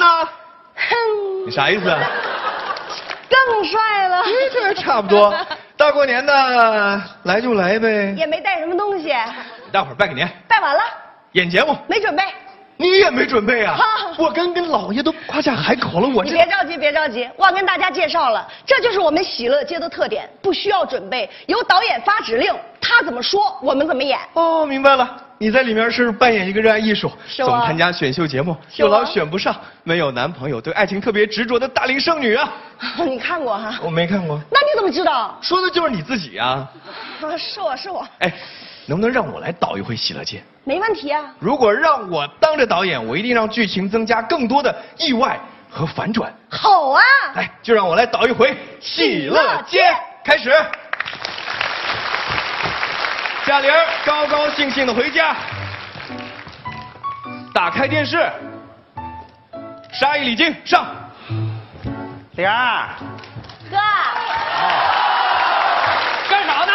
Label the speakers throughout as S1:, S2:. S1: 啊
S2: 啥意思啊？
S1: 更帅了，
S2: 哎，这差不多。大过年的，来就来呗。
S1: 也没带什么东西，
S2: 大伙儿拜个年，
S1: 拜完了，
S2: 演节目，
S1: 没准备。
S2: 你也没准备啊
S1: 哈？
S2: 我刚跟老爷都夸下海口了，我
S1: 你
S2: 这
S1: 别着急，别着急，忘跟大家介绍了，这就是我们喜乐街的特点，不需要准备，由导演发指令，他怎么说我们怎么演。
S2: 哦，明白了。你在里面是扮演一个热爱艺术，
S1: 是我
S2: 总参加选秀节目，
S1: 是
S2: 又
S1: 我
S2: 老选不上，没有男朋友，对爱情特别执着的大龄剩女啊！
S1: 你看过哈、
S2: 我没看过，
S1: 那你怎么知道？
S2: 说的就是你自己啊！
S1: 啊是我是我，
S2: 哎，能不能让我来导一回《喜乐街》？
S1: 没问题啊。
S2: 如果让我当着导演，我一定让剧情增加更多的意外和反转。
S1: 好啊，
S2: 来，就让我来导一回《喜乐街》，开始。贾玲儿高高兴兴的回家，打开电视，沙溢、李菁上，
S3: 玲儿，
S1: 哥
S3: 哦干啥呢？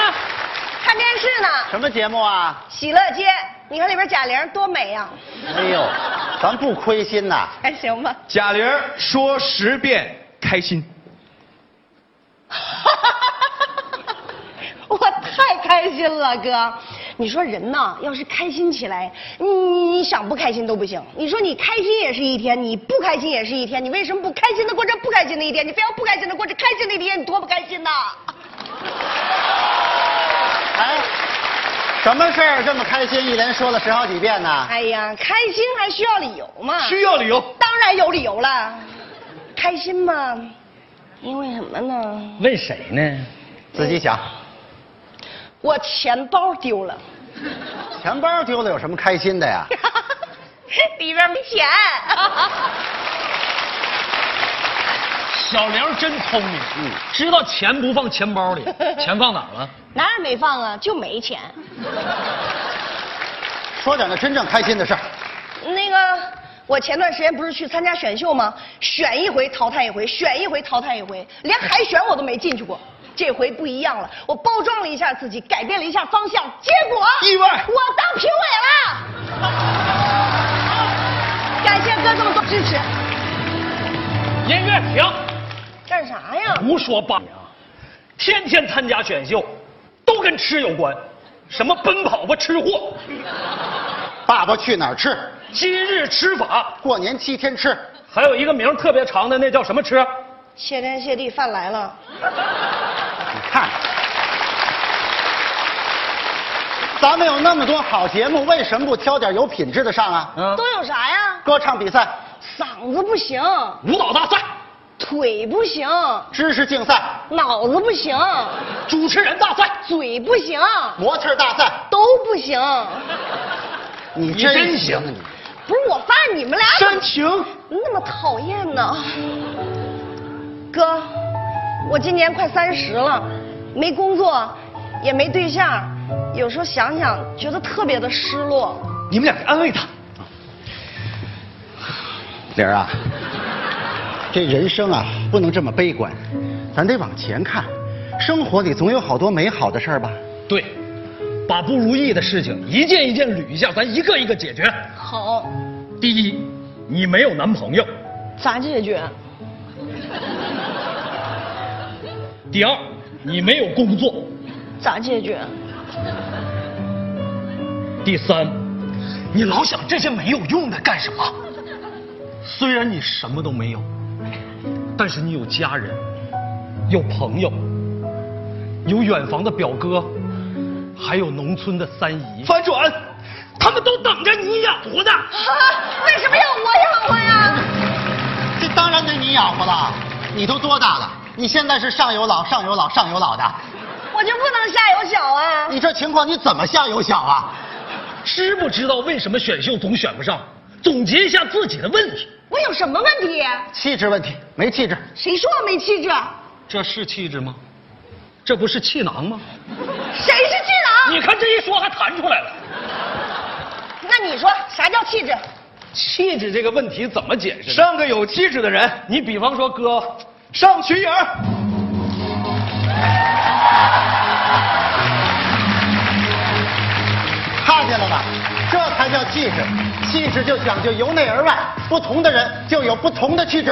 S1: 看电视呢，
S3: 什么节目啊？
S1: 喜乐街，你看里边贾玲多美呀、
S3: 哎呦，咱不亏心呐！
S1: 还行吧。
S2: 贾玲儿说十遍开心，
S1: 我太开心了，哥！你说人呐，要是开心起来，你你想不开心都不行。你说你开心也是一天，你不开心也是一天，你为什么不开心的过着不开心的一天？你非要不开心的过着开心的一天，你多不开心呐！
S3: 哎，什么事儿这么开心，一连说了十好几遍呢？
S1: 哎呀，开心还需要理由吗？
S2: 需要理由。
S1: 当然有理由了。开心嘛，因为什么呢？
S4: 问谁呢？
S3: 自己想，
S1: 我钱包丢了，
S3: 钱包丢了有什么开心的呀？
S1: 里边没钱。
S4: 小玲儿真聪明，知道钱不放钱包里，钱放哪儿了？
S1: 哪儿也没放啊，就没钱。
S3: 说点那真正开心的事儿。
S1: 那个，我前段时间不是去参加选秀吗？选一回淘汰一回，选一回淘汰一回，连海选我都没进去过。这回不一样了，我包装了一下自己，改变了一下方向，结果
S2: 意外
S1: 我当评委了。 感谢哥这么多支持，
S4: 音乐停，
S1: 干啥呀？
S4: 胡说八道！天天参加选秀，都跟吃有关，什么奔跑吧吃货，
S3: 爸爸去哪儿吃？
S4: 今日吃法，
S3: 过年七天吃。
S4: 还有一个名儿特别长的，那叫什么吃？啊
S1: 谢天谢地，饭来
S2: 啊
S1: 了。
S3: 你看，咱们有那么多好节目，为什么不挑点有品质的上啊？
S4: 嗯，
S1: 都有啥呀？
S3: 歌唱比赛、
S1: 嗓子不行，
S4: 舞蹈大赛、
S1: 腿不行，
S3: 知识竞赛、
S1: 脑子不行，
S4: 主持人大赛，
S1: 嘴不行，
S3: 模特大赛，
S1: 都不行。
S3: 你
S4: 你真
S3: 真
S4: 行
S3: 行啊你！
S1: 不是我发现你们俩怎么
S2: 煽情，
S1: 那么讨厌呢？哥，我今年快三十了，没工作，也没对象，有时候想想觉得特别的失落。
S2: 你们两个安慰他。
S3: 玲儿啊，这人生啊不能这么悲观，咱得往前看。生活里总有好多美好的事儿吧？
S4: 对，把不如意的事情一件一件捋一下，咱一个一个解决。
S1: 好，
S4: 第一，你没有男朋友；
S1: 咋解决？
S4: 第二，你没有工作；
S1: 咋解决？
S4: 第三，你老想这些没有用的干什么？虽然你什么都没有，但是你有家人，有朋友，有远房的表哥，还有农村的三姨，
S2: 反转，
S4: 他们都等着你养活呢。
S1: 啊， 为什么要我养我呀？
S3: 这当然得你养活了，你都多大了？你现在是上有老上有老上有老的，
S1: 我就不能下有小啊？
S3: 你这情况你怎么下有小啊？
S4: 知不知道为什么选秀总选不上？总结一下自己的问题。
S1: 我有什么问题？
S3: 气质问题，没气质。
S1: 谁说我没气质？
S4: 这是气质吗？这不是气囊吗？
S1: 谁是智囊？
S4: 你看这一说还弹出来了。
S1: 那你说啥叫气质？
S4: 气质这个问题怎么解释呢？
S2: 上个有气质的人，
S4: 你比方说哥，
S2: 上群演儿。
S3: 看见了吧？这才叫气质，气质就讲究由内而外，不同的人就有不同的气质。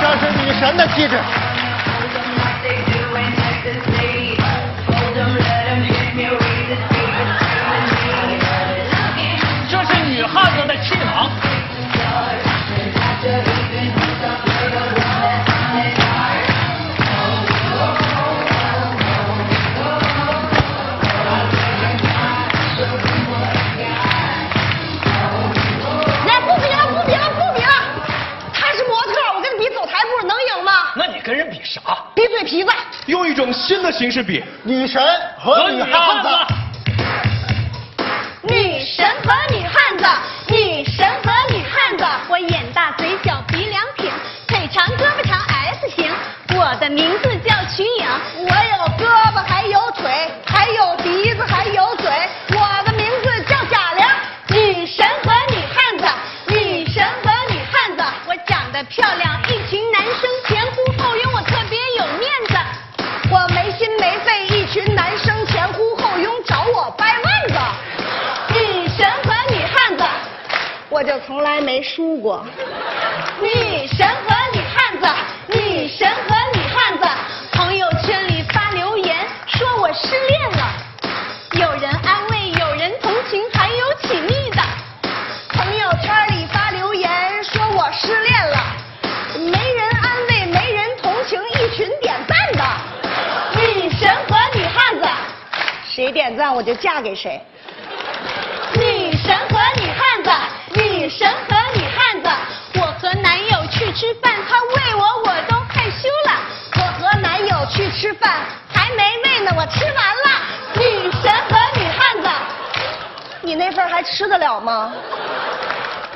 S3: 这是女神的气质。
S4: 这是女汉子的气囊。
S1: 来，不比了，不比了，不比了。他是模特，我跟你比走台步，能赢吗？
S4: 那你跟人比啥？
S1: 比嘴皮子。
S2: 用一种新的形式比，
S3: 女神和女汉子。
S1: 女神和女汉子，女神和女汉子。
S5: 我眼大嘴小鼻梁挺，腿长胳膊长 S 型。我的名字叫瞿颖，
S1: 我有胳膊，还有腿，还有鼻子，还有嘴。我的名字叫贾玲，女神和女汉子，女
S5: 女神
S1: 神
S5: 和女汉子。我长得漂亮，一群男生前呼后拥，我特别有面子。
S1: 我没心没肺，一群男生前呼后拥找我掰腕子。女神和女汉子，我就从来没输过。
S5: 女神和女汉子，女神和女汉子。朋友圈里发留言说我失恋了，有人安慰，有人同情，还有起腻的。
S1: 朋友圈里发留言说我失恋了，没人安慰，没人同情，一群点赞的。女神和女汉子，谁点赞我就嫁给谁。
S5: 女神和女汉子，女神和女汉子。我和男友去吃饭，他喂我，我都害羞了。
S1: 我和男友去吃饭，还没喂呢，我吃完了。女神和女汉子，你那份还吃得了吗？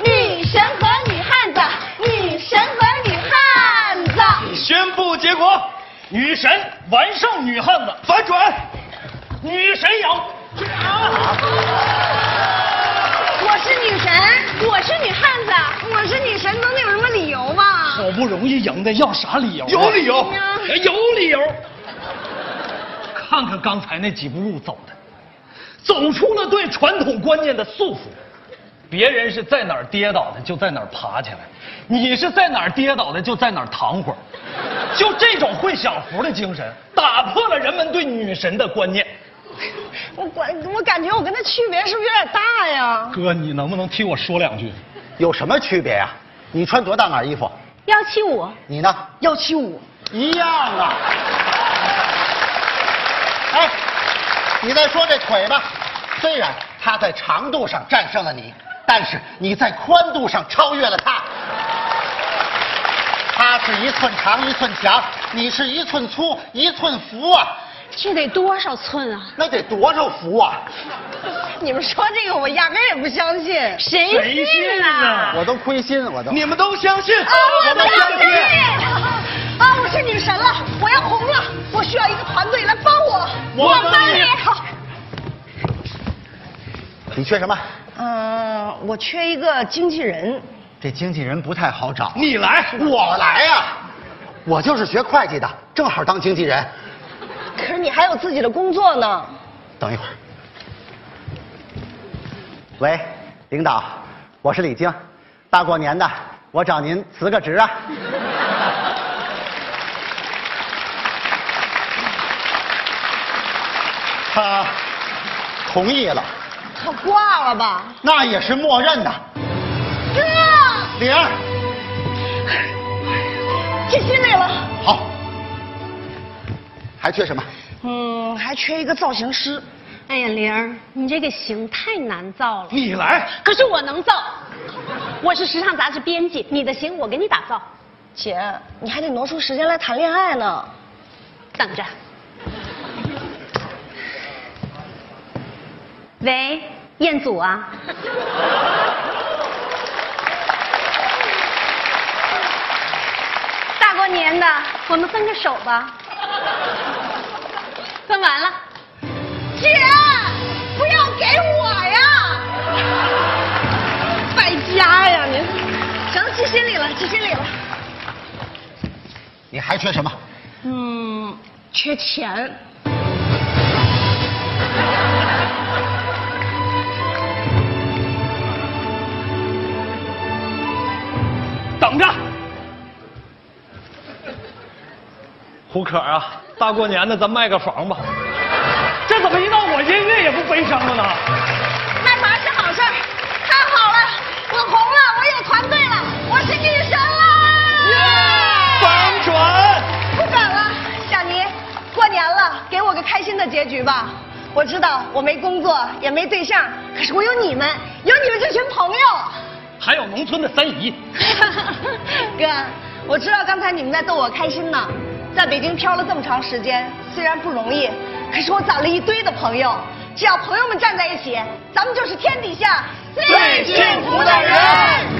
S5: 女神和女汉子，女神和女汉子。
S4: 宣布结果： 女神完胜女汉子，
S2: 反转。
S4: 女神赢。
S1: 我是女神，我是女汉子，我是女神，能有什么理由吗？
S4: 好不容易赢的，要啥理由啊？
S2: 有理
S1: 哎
S2: 由，
S4: 有理由。看看刚才那几步路走的，走出了对传统观念的束缚。别人是在哪儿跌倒的就在哪儿爬起来，你是在哪儿跌倒的就在哪儿躺会儿。就这种会享福的精神，打破了人们对女神的观念。
S1: 我管我感觉我跟他区别是不是有点大呀？
S4: 哥，你能不能替我说两句？
S3: 有什么区别呀、你穿多大码衣服？
S5: 幺七五，
S3: 你呢？
S1: 幺七五，
S3: 一样啊。哎，你再说这腿吧，虽然它在长度上战胜了你，但是你在宽度上超越了它。它是一寸长一寸强，你是一寸粗一寸福啊，
S5: 这得多少寸啊？
S3: 那得多少福啊！
S1: 你们说这个我压根儿也不相信。
S5: 谁
S4: 谁信啊？
S3: 我都亏心，我都
S2: 你们都相信，
S1: 啊，我不
S2: 们
S1: 相信！啊，我是女神了，我要红了，我需要一个团队来帮我。
S4: 我帮你
S1: 好。
S3: 你缺什么？
S1: 嗯、我缺一个经纪人。
S3: 这经纪人不太好找。啊
S2: 你来，啊
S3: 我来呀、我就是学会计的，正好当经纪人。
S1: 可是你还有自己的工作呢。
S3: 等一会儿。喂，领导，我是李菁，大过年的，我找您辞个职啊。他同意了，
S1: 他挂了吧？
S3: 那也是默认的。
S1: 哥，
S3: 玲儿，
S1: 这心累了。
S3: 好，还缺什么？
S1: 嗯，还缺一个造型师。
S5: 哎呀，玲儿，你这个型太难造了。
S2: 你来，
S5: 可是我能造，我是时尚杂志编辑，你的型我给你打造。
S1: 姐，你还得挪出时间来谈恋爱呢。
S5: 等着。喂，彦祖啊， 大过年的，我们分个手 吧。分完了，
S1: 姐，不要给我呀！败家呀您！行，记心里了，记心里了。
S3: 你还缺什么？
S1: 嗯，缺钱。
S4: 等着，胡可儿啊，大过年的咱卖个房吧。这怎么一到我音乐也不悲伤了呢？
S5: 卖房是好事儿，太好了，我红了，我有团队了，我是女神啦！
S2: 翻船。
S1: 不敢了，小尼，过年了，给我个开心的结局吧。我知道我没工作，也没对象，可是我有你们，有你们这群朋友。
S4: 还有农村的三姨，
S1: 哥，我知道刚才你们在逗我开心呢。在北京漂了这么长时间，虽然不容易，可是我攒了一堆的朋友。只要朋友们站在一起，咱们就是天底下
S5: 最幸福的人。